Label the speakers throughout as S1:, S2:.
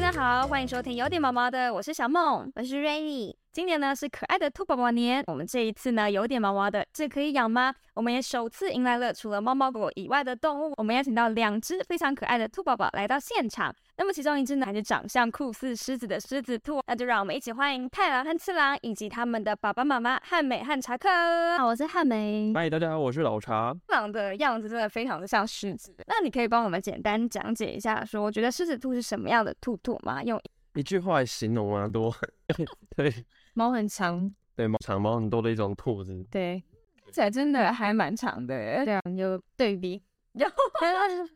S1: 家好，欢迎收听有点毛毛的，我是小梦。
S2: 我是 Rainy，
S1: 今年呢是可爱的兔宝宝年，我们这一次呢有点毛毛的，这可以养吗？我们也首次迎来了除了猫猫狗狗以外的动物，我们邀请到两只非常可爱的兔宝宝来到现场。那么其中一只呢还是长相酷似狮子的狮子兔，那就让我们一起欢迎太郎和次郎以及他们的爸爸妈妈汉美和查克。
S2: 啊，我是汉梅。
S3: 嗨，大家好，我是老茶。
S1: 次郎的样子真的非常的像狮子，那你可以帮我们简单讲解一下，说觉得狮子兔是什么样的兔兔吗？用
S3: 一句话来形容啊，多 对
S4: 毛很长，
S3: 对，毛长毛很多的一种兔子，
S4: 对
S1: 看起来真 的还蛮长的耶，
S4: 对啊，有对比。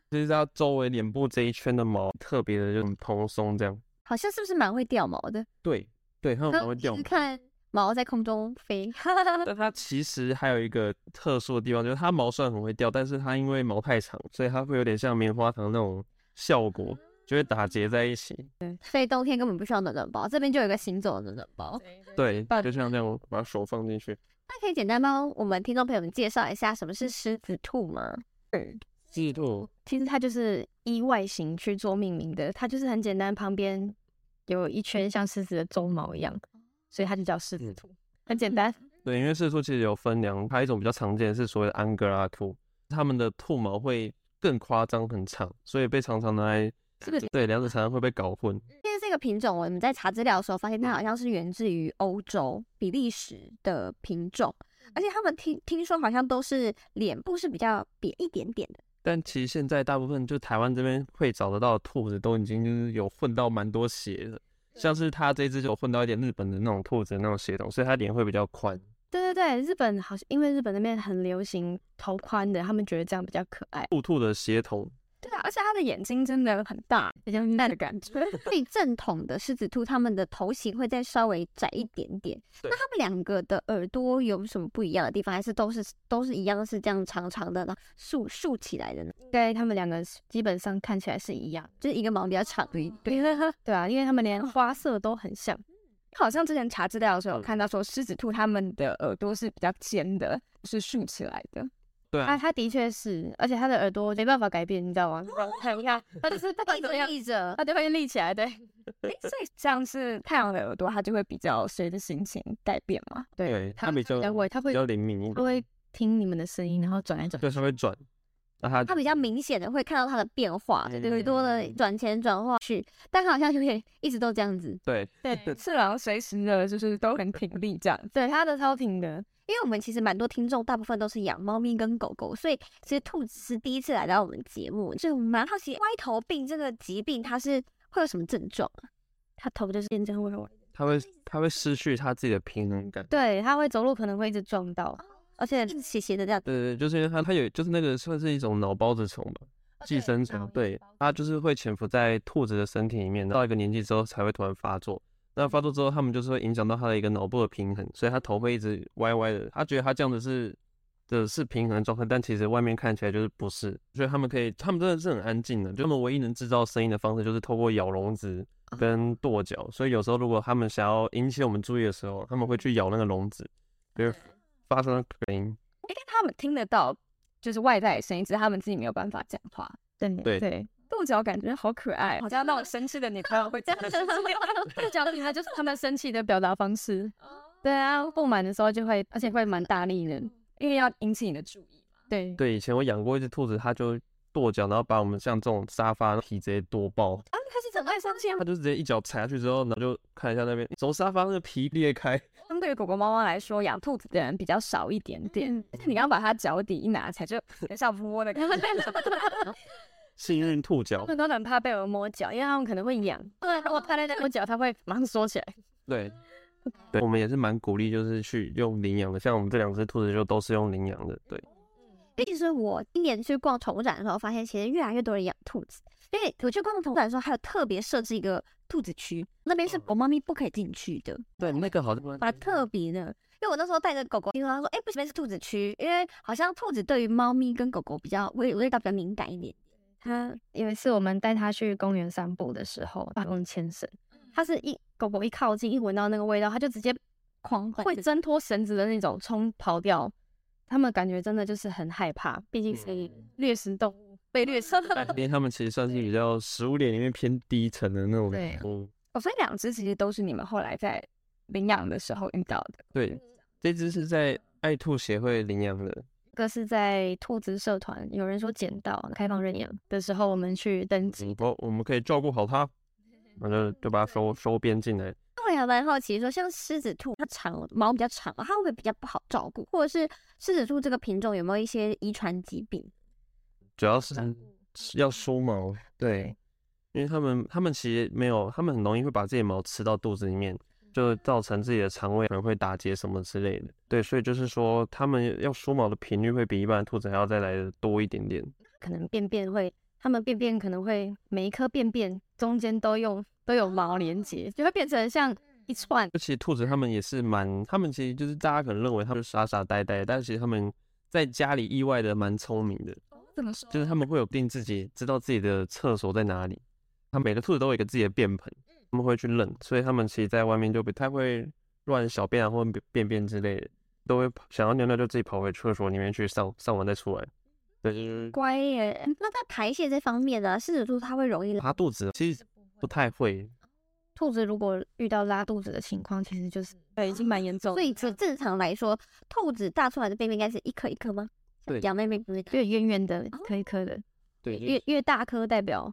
S3: 就是它周围脸部这一圈的毛特别的就很蓬松，这样。
S2: 好像是不是蛮会掉毛的？
S3: 对对，它们嗯还会掉
S2: 一直。
S3: 毛
S2: 看毛在空中 飞，
S3: 但它其实还有一个特殊的地方，就是它毛虽然很会掉，但是它因为毛太长，所以它会有点像棉花糖那种效果，就会打结在一起。
S2: 所以冬天根本不需要暖暖包，这边就有一个行走的暖暖包。
S3: 对
S4: 抱，
S3: 就像这样，把手放进去。
S2: 那可以简单帮我们听众朋友们介绍一下什么是狮子兔吗？
S3: 记住，
S4: 其实它就是依外形去做命名的，它就是很简单，旁边有一圈像狮子的鬃毛一样，所以它就叫狮
S3: 嗯
S4: 子兔，很简单。
S3: 对，因为射兔其实有分两，还有一种比较常见的是所谓的安哥拉兔，它们的兔毛会更夸张、很长，所以被常常拿来，
S2: 是不是
S3: 对，两者常常会被搞混。
S2: 因为这个品种，我们在查资料的时候发现，它好像是源自于欧洲比利时的品种，而且他们听听说好像都是脸部是比较扁一点点的。
S3: 但其实现在大部分就台湾这边会找得到的兔子，都已经就是有混到蛮多血的，像是它这只就有混到一点日本的那种兔子的那种血统，所以它脸会比较宽。
S4: 对对对，日本好像因为日本那边很流行头宽的，他们觉得这样比较可爱，
S3: 兔兔的血统，
S1: 对啊，而且它的眼睛真的很大，
S4: 比较耐的感觉。
S2: 最正统的狮子兔，它们的头型会再稍微窄一点点。
S3: 对
S2: 那它们两个的耳朵有什么不一样的地方？还是都是都是一样是这样长长的，然后竖竖起来的呢？
S4: 应该他们两个基本上看起来是一样，
S2: 就是一个毛比较长的一
S1: 哦
S2: 对。
S4: 对啊，因为他们连花色都很像。
S1: 好像之前查资料的时候有看到说狮子兔它们的耳朵是比较尖的，是竖起来的。
S3: 对啊
S4: 啊，，他的确是，而且他的耳朵没办法改变，你知道吗？很厉害，他就是他
S2: 一直立着，
S4: 他就会立起来，对
S1: 诶所以像是太阳的耳朵，它就会比较随着心情改变嘛。
S3: 对
S4: 他
S3: 它比较
S4: 他会他
S3: 比
S4: 会
S3: 较灵敏一
S4: 他
S3: 点，
S4: 会听你们的声音，然后转来转去。
S3: 对，它会转。那它
S2: 它比较明显的会看到它的变化，
S3: 嗯
S2: 耳朵的转前转后去，但它好像有点一直都这样子。
S3: 对
S4: 对
S1: 次郎随时的就是都很挺立这样子。
S4: 对，他的超挺的，
S2: 因为我们其实蛮多听众，大部分都是养猫咪跟狗狗，所以其实兔子是第一次来到我们节目，所以我们蛮好奇歪头病这个疾病它是会有什么症状？啊
S4: 他头就是变成会歪。
S3: 它会它会失去它自己的平衡感。
S4: 对，他会走路可能会一直撞
S1: 哦
S4: 到，而且
S1: 嗯
S2: 硬斜斜的这样，
S3: 对对，就是因为它它有就是那个算是一种脑包子虫吧，寄生虫，哦对，它就是会潜伏在兔子的身体里面，到一个年纪之后才会突然发作。那发作之后，它们就是会影响到它的一个脑部的平衡，所以它头会一直歪歪的。它觉得它这样子是的是平衡的状态，但其实外面看起来就是不是。所以它们可以，它们真的是很安静的，就它们唯一能制造声音的方式就是透过咬笼子跟跺脚。所以有时候如果它们想要引起我们注意的时候，它们会去咬那个笼子，就是发生声音。
S1: 诶，但他们听得到就是外在的声音，只是他们自己没有办法讲话。
S4: 对
S3: 对
S4: 对，哦
S1: 豆角感觉好可爱，哦好像那种生气的女朋友会这样子。
S4: 这脚底它就是他们生气的表达方式。
S1: 哦
S4: 对啊，不满的时候就会，而且会蛮大力的。
S1: 因为要引起你的注意。
S4: 对，
S3: 对，以前我养过一只兔子，它就跺脚，然后把我们像这种沙发皮直接跺爆。
S1: 它是整爱生气啊
S3: 它！就直接一脚踩下去之后，然后就看一下那边，从沙发那个皮裂开。
S1: 相对于狗狗、猫猫来说，养兔子的人比较少一点点。
S4: 嗯
S1: 你刚把它脚底一拿起来，就很像窝 的感觉。
S3: 幸运兔
S4: 他
S3: 脚，
S4: 们都很怕被我摸脚，因为他们可能会痒。
S1: 啊
S4: 对，如果趴在那摸脚，它会马上缩起来。
S3: 对，对，我们也是蛮鼓励，就是去用领养的，像我们这两只兔子就都是用领养的，对，
S2: 尤其是我今年去逛宠物展的时候，发现其实越来越多人养兔子。因为我去逛宠物展的时候，还有特别设置一个兔子区，那边是狗猫咪不可以进去的，
S3: 对，那个好像
S2: 蛮特别的。因为我那时候带着狗狗，听说他说，哎、不行，那边是兔子区，因为好像兔子对于猫咪跟狗狗比较味味道比较敏感一点。
S4: 他有一次我们带他去公园散步的时候，他用牵绳，他是一狗狗一靠近，一闻到那个味道，它就直接
S2: 狂欢
S4: 会挣脱绳子的那种冲跑掉。他们感觉真的就是很害怕，毕竟是掠食动物，
S2: 被掠吃了。
S3: 因为它们其实算是比较食物链里面偏低层的那种
S4: 对
S3: 动物。
S1: 哦，所以两只其实都是你们后来在领养的时候遇到的。
S3: 对，这只是在爱兔协会领养的，
S4: 这个是在兔子社团，有人说捡到开放认养的时候，我们去登记。
S3: 不，嗯我们可以照顾好它，然后就就把它收收编进来。
S2: 我也啊蛮好奇说，像狮子兔，它长毛比较长，它会不会比较不好照顾？或者是狮子兔这个品种有没有一些遗传疾病？
S3: 主要是要梳毛，对，因为他们他们其实没有，他们很容易会把自己的毛吃到肚子里面，就造成自己的肠胃可能会打结什么之类的。对，所以就是说，他们要梳毛的频率会比一般的兔子还要再来的多一点点。
S4: 可能便便会，它们便便可能会每一颗便便中间都用都有毛连
S1: 哦
S4: 接，就会变成像
S1: 嗯
S4: 一串。
S3: 就其实兔子他们也是蛮，他们其实就是大家可能认为他们傻傻呆呆，但是其实他们在家里意外的蛮聪明的，
S1: 怎么说？
S3: 就是他们会有定自己知道自己的厕所在哪里，它每个兔子都有一个自己的便盆，他们会去认，所以他们其实在外面就不太会乱小便啊或便便便之类的，都会跑想要尿尿就自己跑回厕所里面去上上完再出来。对，就是
S2: 乖耶！那在排泄这方面呢、狮子兔它会容易
S3: 拉肚子，其实不太会，
S4: 兔子如果遇到拉肚子的情况，其实就是
S1: 嗯
S4: 对，已经蛮严重
S2: 所以正正常来说，兔子大出来的便便应该是一颗一颗吗？
S3: 对
S2: 羊妹妹不是
S4: 越圆圆的
S2: 哦，
S4: 颗一颗的，
S3: 对，
S4: 越越大颗代表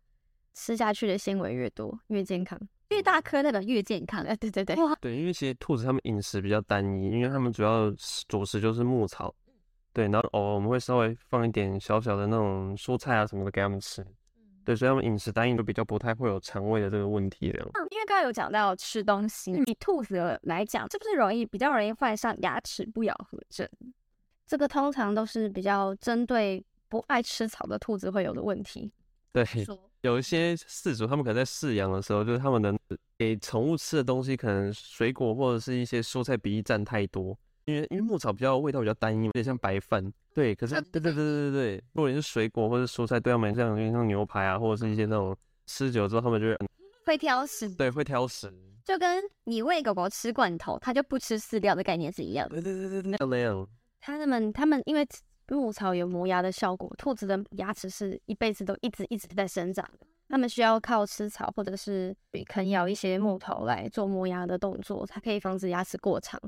S4: 吃下去的纤维越多，越健康。
S3: 嗯
S2: 越大颗代表越健康。
S4: 啊，对对
S1: 哦
S4: 对，
S2: 哇，
S3: 对，因为其实兔子它们饮食比较单一，因为它们主要食主食就是牧草，对，然后偶尔我们会稍微放一点小小的那种蔬菜啊什么的给它们吃，对，所以它们饮食单一都比较不太会有肠胃的这个问题这样。
S1: 因为刚刚有讲到吃东西，以兔子来讲，是不是容易比较容易患上牙齿不咬合症？
S4: 这个通常都是比较针对不爱吃草的兔子会有的问题。
S3: 对，
S2: 说
S3: 有一些饲主他们可能在饲养的时候，就是他们的给宠物吃的东西，可能水果或者是一些蔬菜比例占太多，因为因为牧草比较味道比较单一，有点像白饭。对，可是
S2: 呃
S3: 对对对对对对，如果你是水果或者蔬菜，对他们来讲有点像牛排啊，或者是一些那种吃久了之后他们就会
S2: 会挑食，
S3: 对会挑食，
S2: 就跟你喂狗狗吃罐头，它就不吃饲料的概念是一样的。
S3: 对对对对那样那样，
S4: 它们它们因为牧草有磨牙的效果，兔子的牙齿是一辈子都一直一直在生长的，它们需要靠吃草或者是啃咬一些木头来做磨牙的动作，才可以防止牙齿过长。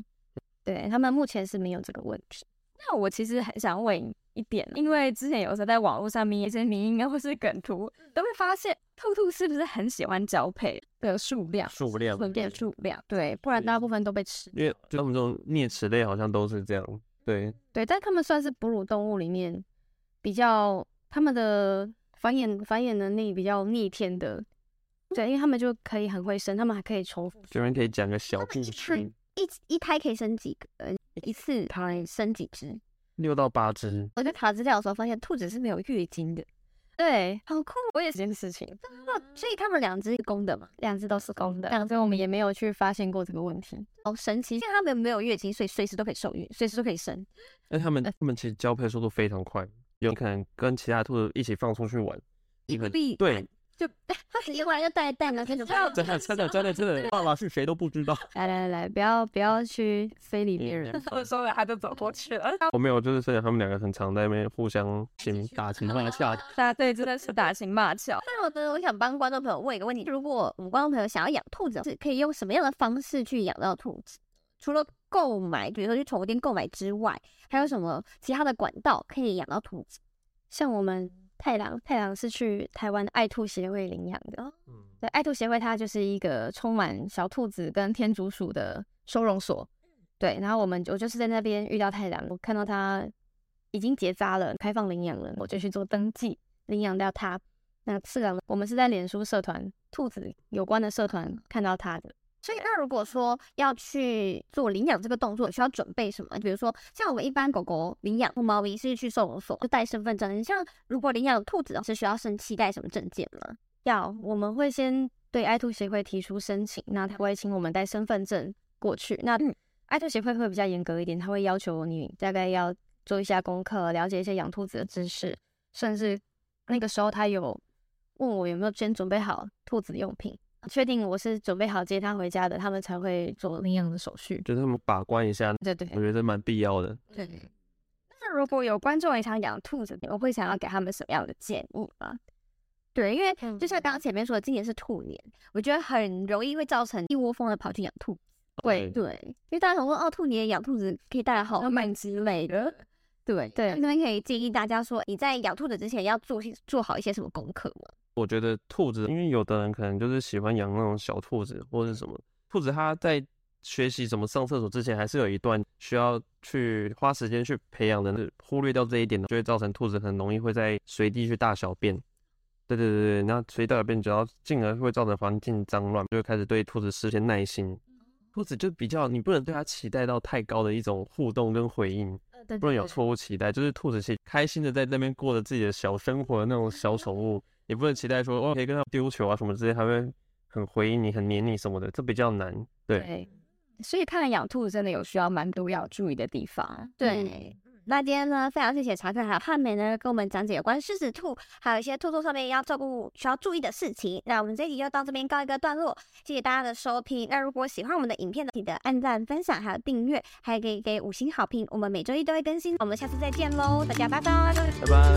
S4: 对它们目前是没有这个问题。
S1: 那我其实很想问一点，啊因为之前有时候在网络上面一些迷因啊或是梗图，都会发现兔兔是不是很喜欢交配的数量？
S3: 数量
S1: 分辨数量。
S4: 对，不然大部分都被吃。
S3: 因为就他们这种啮齿类好像都是这样，对，
S4: 对，但它们算是哺乳动物里面比较它们的繁衍繁衍能力比较逆天的。对，因为它们就可以很会生，它们还可以重复
S3: 这边可以讲个小故
S2: 是
S3: 事，
S2: 一一胎可以生几个？呃一次胎生几只？
S3: 六到八只，
S2: 我在查资料的时候发现，兔子是没有月经的，
S4: 对，
S2: 好酷！
S4: 我也是这件事情，
S3: 嗯
S2: 所以它们两只是公的嘛，
S4: 两只都是公的，两只我们也没有去发现过这个问题。
S2: 好神奇！像它们没有月经，所以随时都可以受孕，随时都可以生。
S3: 那他们他们其实交配速度非常快，有可能跟其他兔子一起放出去玩，一个
S2: 必
S3: 对，
S2: 它直接过来就带蛋啊 了，开始
S1: 跳
S3: 真的真的真的真的，爸爸是谁都不知道。
S4: 来来来，不要不要去非礼别 人。
S1: 我说了，他就走过去 了。
S3: 我没有，就是分享他们两个很常在那边互相行打情骂俏，
S4: 啊
S1: 大队真的是打情骂俏。
S2: 那我呢，我想帮观众朋友问一个问题：如果我们观众朋友想要养兔子，是可以用什么样的方式去养到兔子？除了购买，比如说去宠物店购买之外，还有什么其他的管道可以养到兔子？
S4: 像我们太郎，太郎是去台湾的爱兔协会领养的。
S3: 嗯
S4: 对，爱兔协会它就是一个充满小兔子跟天竺鼠的收容所。对，然后我们我就是在那边遇到太郎，我看到他已经结扎了，开放领养了，我就去做登记，领养掉他。那次郎，我们是在脸书社团兔子有关的社团看到他的。
S2: 所以，那如果说要去做领养这个动作，需要准备什么？比如说，像我们一般狗狗领养或猫咪是去收容所，就带身份证。像如果领养兔子，
S4: 哦
S2: 是需要申期待什么证件吗？
S4: 要，我们会先对爱兔协会提出申请，那他会请我们带身份证过去。那
S2: 嗯
S4: 爱兔协会会比较严格一点，他会要求你大概要做一下功课，了解一些养兔子的知识，甚至那个时候他有问我有没有先准备好兔子的用品，确定我是准备好接它回家的，他们才会做领养的手续。
S3: 就是他们把关一下，
S4: 对对
S3: 我觉得蛮必要的。
S2: 对。但是
S1: 如果有观众也想养兔子，你们会想要给他们什么样的建议吗？
S2: 对，因为
S4: 嗯
S2: 就像刚刚前面说的，今年是兔年，我觉得很容易会造成一窝蜂的跑去养兔。
S3: 对
S2: 对，因为大家想说，哦，兔年养兔子可以带来好
S1: 浪漫
S2: 之类的。 对
S4: 对
S2: 那边可以建议大家说，你在养兔子之前要做些做好一些什么功课吗？
S3: 我觉得兔子，因为有的人可能就是喜欢养那种小兔子或者什么兔子，它在学习怎么上厕所之前，还是有一段需要去花时间去培养的。忽略掉这一点，就会造成兔子很容易会在随地去大小便。对对对对，那随地大小便，主要进而会造成环境脏乱，就会开始对兔子失去耐心。兔子就比较，你不能对它期待到太高的一种互动跟回应，
S4: 呃对
S3: 不能
S2: 嗯
S3: 有错误期待。就是兔子其实开心的在那边过着自己的小生活的那种小宠物，你不能期待说哦可以跟它丢球啊什么之类，它会很回应你、很黏你什么的，这比较难。对，
S1: 对，所以看来养兔子真的有需要蛮多要注意的地方。
S2: 对。嗯那今天呢，非常谢谢查克还有汉美呢，跟我们讲解有关狮子兔，还有一些兔兔上面要照顾需要注意的事情。那我们这一集就到这边告一个段落，谢谢大家的收听。那如果喜欢我们的影片的，记得按赞、分享，还有订阅，还可以给五星好评。我们每周一都会更新，我们下次再见喽，大家拜拜。
S3: 拜拜。